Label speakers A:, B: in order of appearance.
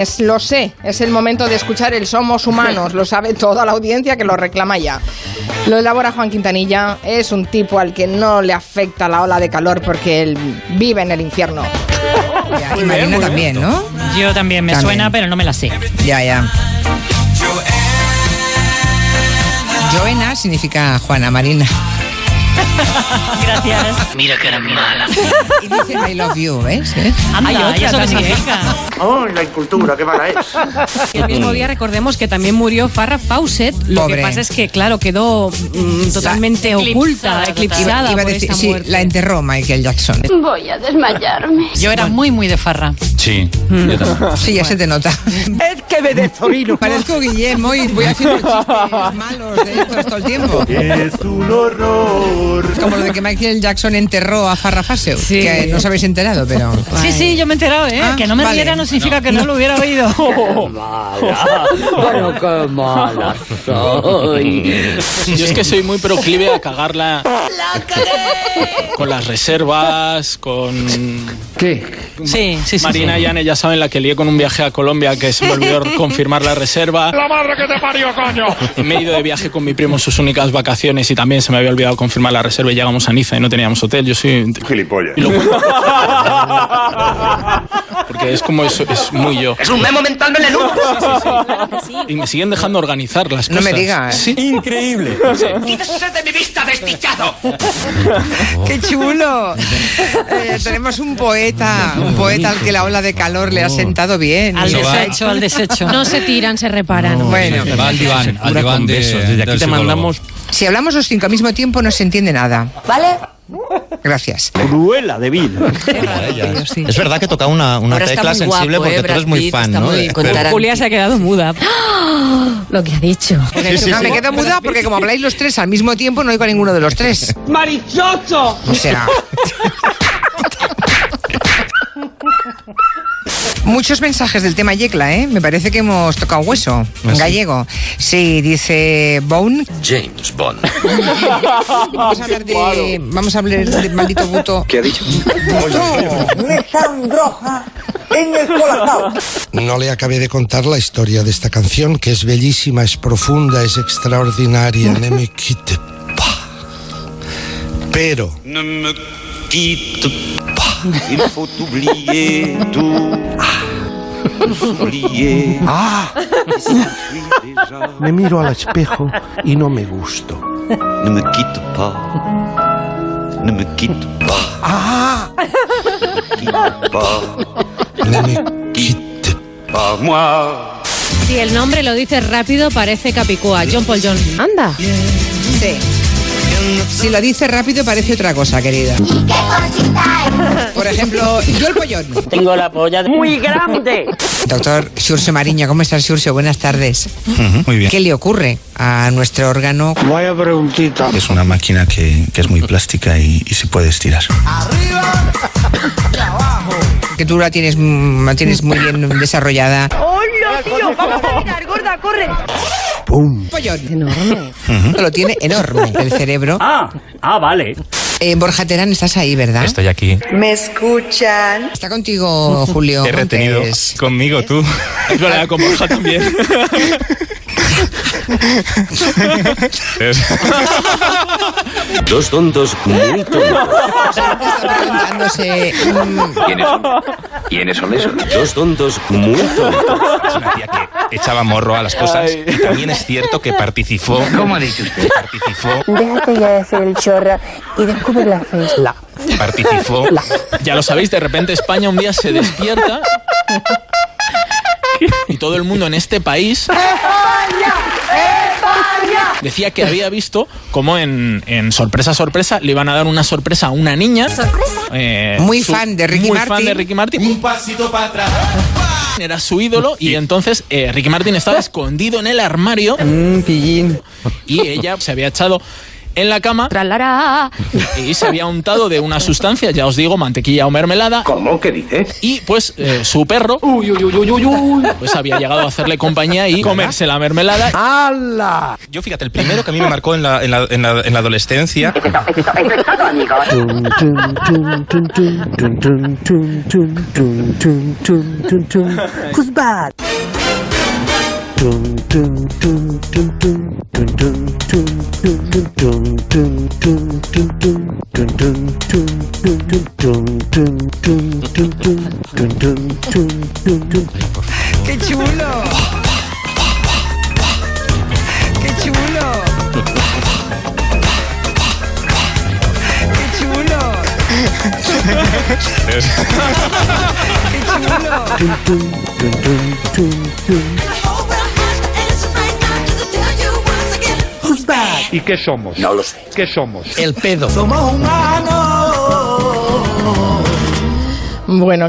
A: Es, lo sé, es el momento de escuchar el Somos Humanos, lo sabe toda la audiencia que lo reclama ya. Lo elabora Juan Quintanilla, es un tipo al que no le afecta la ola de calor porque él vive en el infierno.
B: Ya, y Marina también, ¿no?
C: Yo también me
B: También.
C: suena, pero no me la sé.
B: Ya, ya. Joena significa Juana Marina.
C: Gracias.
D: Mira que eres mala.
B: Y dice I love you, ¿ves? ¿Eh? ¿Ves?
C: Anda,
E: Hay otra
C: Ah, ¿y eso qué
E: también.
C: significa?
D: Oh, la incultura, qué mala es.
E: Y el mismo día recordemos que también murió Farrah Fawcett. Lo
B: Pobre.
E: que pasa es que, claro, quedó mm, totalmente
C: Eclipsada,
E: oculta,
C: total.
E: eclipsada
B: Iba a
E: por
B: decir,
E: esta
B: sí,
E: muerte.
B: la enterró Michael Jackson.
F: Voy a desmayarme.
C: Yo era muy, muy de farra.
G: Sí, yo
E: Ah,
G: también.
B: Sí, ya se te nota.
A: Es que me desobino.
B: Parezco Guillermo y voy a hacer chistes malos de estos todo el tiempo.
H: Es un horror.
B: Como lo de que Michael Jackson enterró a Farrah Fawcett,
E: Sí.
B: que no os habéis enterado, pero...
C: Sí, sí, yo me he enterado, ¿eh?
B: Ah,
C: que no me
B: vale.
C: riera no significa que no lo hubiera oído.
D: Pero qué mala soy.
I: Yo es que soy muy proclive a cagarla. Con las reservas, con.
D: ¿Qué?
C: Sí, sí, sí.
I: Marina y Anne ya saben la que lié con un viaje a Colombia que se me olvidó confirmar la reserva. ¡La madre que te parió, coño! Me he ido de viaje con mi primo en sus únicas vacaciones y también se me había olvidado confirmar la reserva y llegamos a Niza y no teníamos hotel. Yo soy.
H: Gilipollas.
I: Y lo cuento. Porque es como eso, es muy yo.
D: Es un memo mental melenudo.
I: Y me siguen dejando organizar las
B: No
I: cosas.
B: me digas.
I: Sí.
H: Increíble.
D: Quítese usted de mi vista, desdichado.
B: ¡Qué
G: Oh.
B: chulo! Eh, tenemos un poeta,
G: Oh,
B: un poeta al que la ola de calor le ha sentado bien.
C: Al
B: Eso va.
C: desecho, al desecho.
E: No se tiran, se reparan.
B: Bueno,
G: Va al diván, al diván de, Desde aquí te mandamos
B: si hablamos los cinco al mismo tiempo no se entiende nada. ¿Vale? Gracias.
H: Cruela de vida.
J: Es verdad que toca una, una
C: Ahora está
J: tecla
C: muy
J: sensible
C: guapo,
J: porque
C: eh,
J: tú eres
C: Brad
J: muy
C: Pitt,
J: fan,
C: está
J: ¿no?
C: muy
J: De-
C: con
J: pero-
C: Tarantino.
E: Julia se ha quedado muda. Lo que ha dicho.
B: No, me quedo muda porque como habláis los tres al mismo tiempo no oigo a ninguno de los tres.
D: ¡Marichocho!
B: O sea... Muchos mensajes del tema Yecla, ¿eh? Me parece que hemos tocado hueso.
G: Ah,
B: En gallego. Sí, dice Bone.
D: James Bond.
B: Vamos a hablar de, vamos a hablar del maldito buto.
H: ¿Qué ha dicho?
J: No le acabé de contar la historia de esta canción, que es bellísima, es profunda, es extraordinaria. No me quite, pa. Pero
H: No me quitte pas. Il faut oublier tout. Oublier.
J: me miro al espejo y no me gusto.
H: Ne me quitte pas. Ne me quitte pas. Quitte pas.
J: No me quite.
H: Pas moi.
E: Si el nombre lo dices rápido, parece Capicúa. John Paul Jones.
A: Anda.
B: Sí. Si lo dice rápido parece otra cosa, querida. Por ejemplo, yo el pollón.
D: Tengo la polla muy grande.
B: Doctor Xurxo Mariño, ¿cómo estás, Xurxo? Buenas tardes.
J: Muy bien.
B: ¿Qué le ocurre a nuestro órgano?
H: Vaya preguntita.
J: Es una máquina que, que es muy plástica y, y se puede estirar.
B: Que tú la tienes, mm, la tienes muy bien desarrollada.
J: ¡Pum!
B: Pollón. Enorme. Lo tiene enorme el cerebro.
D: Ah, ah, vale.
B: Eh, Borja Terán, estás ahí, ¿verdad?
G: Estoy aquí.
B: Está contigo, Julio.
G: He retenido
B: Montes.
G: conmigo tú.
I: Yo la con Borja también.
H: Dos tontos muy tontos.
B: Está preguntándose. mm,
D: ¿Quiénes son? ¿Quiénes son esos?
H: Dos tontos muy tontos.
G: Es una tía que echaba morro a las cosas. Y también es cierto que participó.
D: ¿Cómo ha dicho usted?
G: Participó.
F: Déjate ya de ser el chorra y descubre la fe.
G: Participó.
I: Ya lo sabéis, de repente España un día se despierta y todo el mundo en este país decía que había visto como en, en Sorpresa Sorpresa le iban a dar una sorpresa a una niña. Eh,
B: Muy
I: su-
B: fan de Ricky
I: muy
B: Martin.
I: fan de Ricky Martin. Un pasito para atrás. Era su ídolo y entonces eh,
B: Mm,
I: Ricky Martin estaba escondido en el armario y ella se había echado en la cama y se había untado de una sustancia, ya os digo, mantequilla o mermelada. ¿Cómo? ¿Qué dices? Y pues eh, su perro pues había llegado a hacerle compañía y comerse la mermelada.
K: ¡Hala! Yo fíjate, el primero que a mí me marcó en la, en la, en la, en la adolescencia.
C: Who's bad?
J: ¡Qué chulo! ¡Qué chulo! ¡Qué chulo! ¡Qué chulo!
C: Who's bad?
L: ¿Y qué somos? No lo sé. ¿Qué somos?
K: El pedo.
C: Somos humanos.
A: Bueno, qué